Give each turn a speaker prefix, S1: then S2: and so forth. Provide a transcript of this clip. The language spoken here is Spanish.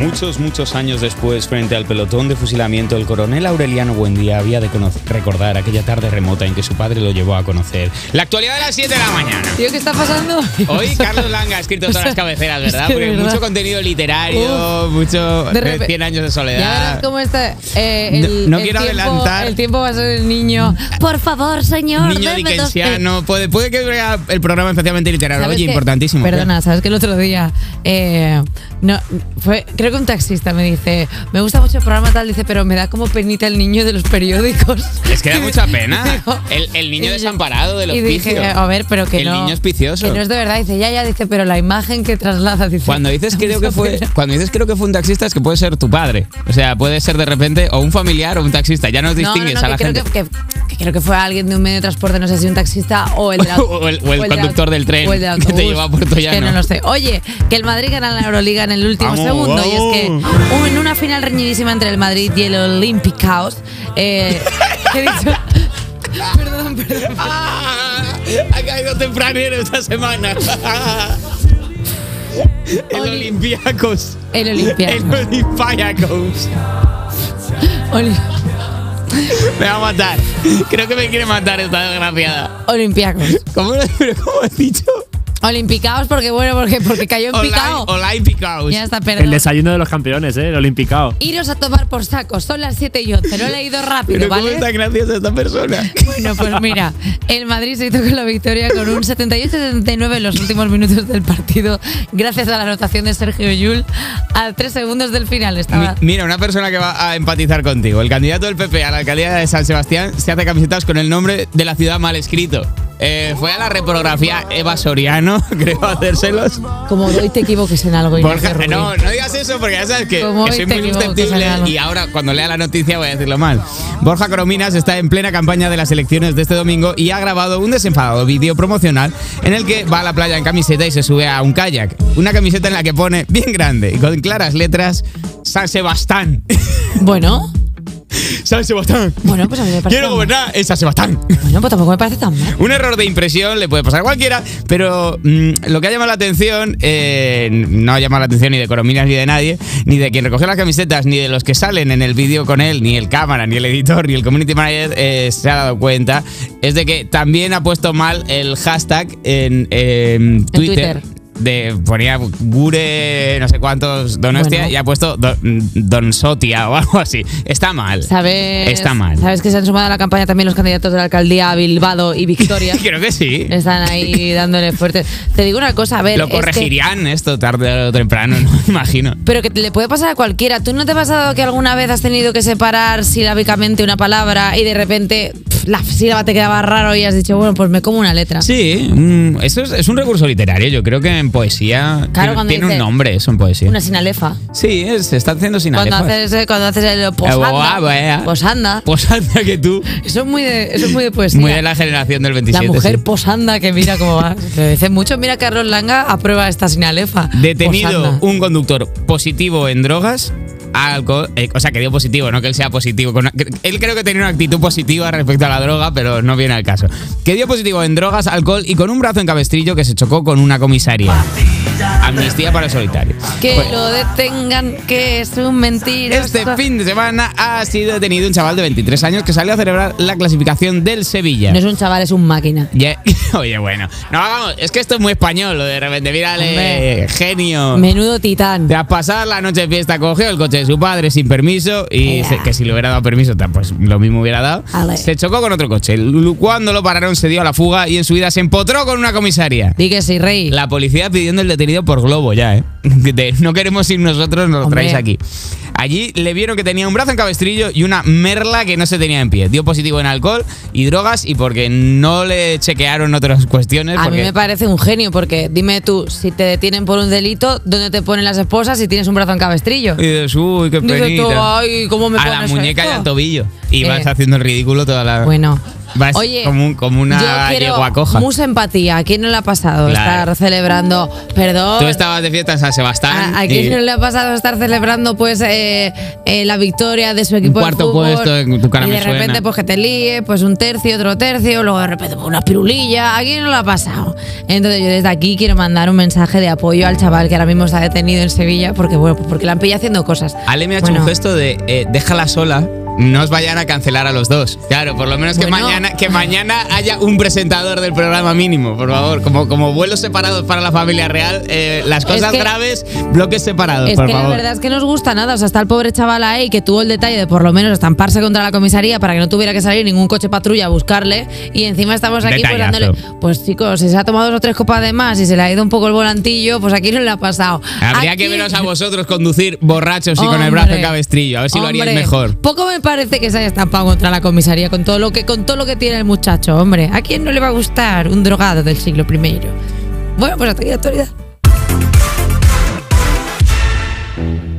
S1: Muchos, muchos años después, frente al pelotón de fusilamiento, el coronel Aureliano Buendía había de cono- recordar aquella tarde remota en que su padre lo llevó a conocer. La actualidad de las 7 de la mañana.
S2: Tío, ¿qué está pasando?
S1: Hoy Carlos Langa ha escrito todas las cabeceras, ¿verdad?
S2: es que
S1: Porque
S2: de verdad.
S1: mucho contenido literario, mucho
S2: de
S1: eh,
S2: repe-
S1: 100 años de
S2: Ya verás
S1: soledad.
S2: cómo está. eh, el,
S1: No- no
S2: el
S1: quiero
S2: tiempo-
S1: adelantar.
S2: El tiempo va a ser el niño.
S3: Por favor, señor.
S1: Niño
S3: deme dos-
S1: dickensiano, puede, puede que vea el programa especialmente literario.
S2: ¿Sabes
S1: Oye,
S2: que-
S1: importantísimo.
S2: Perdona, ¿sabes que el otro día eh, no, fue, creo que un taxista me dice, me gusta mucho el programa tal, dice, pero me da como penita el niño de los periódicos.
S1: Les queda
S2: Y-
S1: mucha pena.
S2: digo-
S1: El- el niño
S2: y yo-
S1: desamparado del
S2: Y dije,
S1: hospicio.
S2: eh, a ver, pero que
S1: El
S2: no.
S1: niño es vicioso.
S2: Que no es de verdad. Dice, ya, ya, dice, pero la imagen que traslada, dice.
S1: Cuando dices
S2: da
S1: creo que
S2: mucha
S1: fue,
S2: pena.
S1: cuando dices creo que fue un taxista es que puede ser tu padre. O sea, puede ser de repente o un familiar o un taxista. Ya nos
S2: No, no,
S1: distingues
S2: no,
S1: a la
S2: que creo
S1: gente.
S2: que, que- que creo que fue alguien de un medio de transporte, no sé si un taxista o el, de la-
S1: O el- o el
S2: de
S1: conductor del tren
S2: o el de
S1: que te
S2: autobús,
S1: lleva a Puerto Llano.
S2: Que no lo sé. Oye, que el Madrid gana la Euroliga en el último
S1: Vamos,
S2: segundo y
S1: vamos.
S2: es que un- en una final reñidísima entre el Madrid y el Olympiacos. Eh, ¿Qué he dicho? perdón, perdón.
S1: ¡Ah! Ha caído tempranero esta semana. El
S2: Oli-
S1: Olympiacos.
S2: El Olympiacos.
S1: Olympiacos.
S2: Oli-
S1: Me va a matar. Creo que me quiere matar esta desgraciada.
S2: Olympiacos.
S1: ¿Cómo, lo- pero cómo has dicho?
S2: Olimpicaos porque bueno, porque, porque cayó en picado.
S1: Olympiacos.
S2: Ya está,
S4: El
S2: perdón.
S4: desayuno de los campeones, ¿eh? El Olimpicao.
S2: Iros a tomar por saco, son las 7 y 11, lo he leído rápido,
S1: Pero cómo
S2: ¿vale?
S1: está graciosa esta persona.
S2: Bueno, pues mira, el Madrid se hizo con la victoria con un 78-79 en los últimos minutos del partido, gracias a la anotación de Sergio Yul. A tres segundos del final
S1: Mi-
S2: estaba.
S1: mira, una persona que va a empatizar contigo. El candidato del PP a la alcaldía de San Sebastián se hace camisetas con el nombre de la ciudad mal escrito. Eh, fue a la reprografía Eva Soriano, creo, a hacérselos.
S2: Como hoy te equivoques en algo, Ignacio
S1: Borja-
S2: Rubio.
S1: no, no digas eso porque ya sabes que,
S2: Como
S1: que
S2: hoy
S1: soy
S2: te
S1: muy
S2: equivocas
S1: susceptible
S2: en algo.
S1: y ahora cuando lea la noticia voy a decirlo mal. Borja Corominas está en plena campaña de las elecciones de este domingo y ha grabado un desenfadado vídeo promocional en el que va a la playa en camiseta y se sube a un kayak. Una camiseta en la que pone bien grande y con claras letras San Sebastián.
S2: Bueno,
S1: San Sebastián.
S2: bueno, pues a mí me parece.
S1: Quiero
S2: tan-
S1: gobernar en San Sebastián.
S2: Bueno, pues tampoco me parece tan mal.
S1: Un error de impresión le puede pasar a cualquiera, pero mm, lo que ha llamado la atención, eh, no ha llamado la atención ni de Corominas ni de nadie, ni de quien recogió las camisetas, ni de los que salen en el vídeo con él, ni el cámara, ni el editor, ni el community manager eh, se ha dado cuenta, es de que también ha puesto mal el hashtag en, eh, Twitter.
S2: Twitter.
S1: De, ponía Gure, no sé cuántos, Donostia,
S2: Bueno.
S1: y ha puesto mm, Don, Donsotia o algo así. Está mal.
S2: ¿Sabes?
S1: Está mal.
S2: ¿Sabes que se han sumado a la campaña también los candidatos de la alcaldía Bilbado y Victoria?
S1: Creo que sí.
S2: Están ahí dándole fuerte. Te digo una cosa, a ver.
S1: Lo
S2: es que-
S1: corregirían esto tarde o temprano, ¿no? imagino.
S2: Pero que te- le puede pasar a cualquiera. ¿Tú no te ha pasado que alguna vez has tenido que separar silábicamente una palabra y de repente pf, la sílaba te quedaba raro y has dicho, bueno, pues me como una letra?
S1: Sí, mm, eso es, es un recurso literario. Yo creo que en poesía
S2: Claro,
S1: tiene,
S2: cuando
S1: tiene un
S2: dice-
S1: nombre eso en poesía.
S2: Una sinalefa.
S1: Sí, es- se está haciendo sin
S2: Cuando
S1: alefas.
S2: haces, eh, cuando haces el
S1: Ah, bueno.
S2: posanda. Posanda.
S1: Posanda Pues que tú,
S2: Eso es muy de, eso es muy de poesía.
S1: muy de la generación del 27.
S2: La mujer
S1: sí.
S2: posanda que mira cómo va. Lo dice mucho. Mira, Carlos Langa aprueba esta sinalefa.
S1: Detenido
S2: Posanda.
S1: un conductor positivo en drogas. Alcohol, eh, o sea, que dio positivo, no que él sea positivo. con- él creo que tenía una actitud positiva respecto a la droga, pero no viene al caso. Que dio positivo en drogas, alcohol y con un brazo en cabestrillo que se chocó con una comisaría. Amnistía para el solitario.
S2: Que
S1: Pues,
S2: lo detengan, que es un mentiroso.
S1: este fin de semana ha sido detenido un chaval de 23 años que salió a celebrar la clasificación del Sevilla.
S2: No es un chaval, es un máquina.
S1: Ya- Oye, bueno. No, vamos, es que esto es muy español, lo de repente, mírale,
S2: Hombre.
S1: genio.
S2: Menudo titán.
S1: Tras pasar la noche de fiesta, cogió el coche de su padre sin permiso y
S2: Ea.
S1: se- que si le hubiera dado permiso, ta- pues lo mismo hubiera dado.
S2: Ale.
S1: Se chocó con otro coche. Lu- Cuando lo pararon, se dio a la fuga y en su vida se empotró con una comisaria.
S2: Di que sí, rey.
S1: La policía pidiendo el detenido por globo ya, ¿eh? De, no queremos ir nosotros, nos lo
S2: Hombre.
S1: traéis aquí. Allí le vieron que tenía un brazo en cabestrillo y una merla que no se tenía en pie. Dio positivo en alcohol y drogas y porque no le chequearon otras cuestiones.
S2: A mí
S1: porque-
S2: me parece un genio, porque dime tú, si te detienen por un delito, ¿dónde te ponen las esposas si tienes un brazo en cabestrillo?
S1: Y dices, uy, qué
S2: Dices tú,
S1: penita.
S2: "Ay, ¿cómo me
S1: a la
S2: pones
S1: muñeca y
S2: esto?".
S1: al tobillo. Y
S2: Eh.
S1: vas haciendo el ridículo toda la.
S2: Bueno,
S1: Va a ser
S2: Oye,
S1: como, un- como
S2: Yo
S1: una
S2: quiero
S1: yegua coja.
S2: Mucha empatía. ¿A quién no le ha pasado
S1: Claro.
S2: estar celebrando? Perdón.
S1: Tú estabas de fiesta en San Sebastián.
S2: ¿A, a
S1: y
S2: quién no le ha pasado estar celebrando pues eh, eh, la victoria de su equipo de
S1: cuarto
S2: fútbol?
S1: puesto en tu cara
S2: y
S1: me
S2: de repente
S1: suena.
S2: pues que te líe, pues un tercio, otro tercio, luego de repente pues, una pirulilla, ¿a quién no le ha pasado? Entonces yo desde aquí quiero mandar un mensaje de apoyo al chaval que ahora mismo está detenido en Sevilla porque bueno, pues, porque la han pillado haciendo cosas.
S1: Ale me ha hecho
S2: Bueno.
S1: un gesto de eh, déjala sola. No os vayan a cancelar a los dos. Claro, por lo menos que,
S2: Bueno.
S1: mañana, que mañana haya un presentador del programa mínimo, por favor. Como, como vuelos separados para la familia real, eh, las
S2: Es
S1: cosas
S2: que-
S1: graves, bloques separados,
S2: Es
S1: por
S2: que
S1: favor.
S2: la verdad es que no os gusta nada. O sea, está el pobre chaval ahí que tuvo el detalle de por lo menos estamparse contra la comisaría para que no tuviera que salir ningún coche patrulla a buscarle. Y encima estamos aquí pues
S1: Detallazo.
S2: dándole. Pues chicos, si se ha tomado dos o tres copas de más y se le ha ido un poco el volantillo, pues aquí no le ha pasado.
S1: Habría
S2: Aquí-
S1: que veros a vosotros conducir borrachos y con el brazo en
S2: Hombre,
S1: cabestrillo, a ver si lo haríais
S2: hombre,
S1: mejor.
S2: Poco me parece que se haya estampado contra la comisaría con todo lo que, con todo lo que tiene el muchacho, hombre. ¿A quién no le va a gustar un drogado del siglo primero? Bueno, pues hasta aquí la actualidad.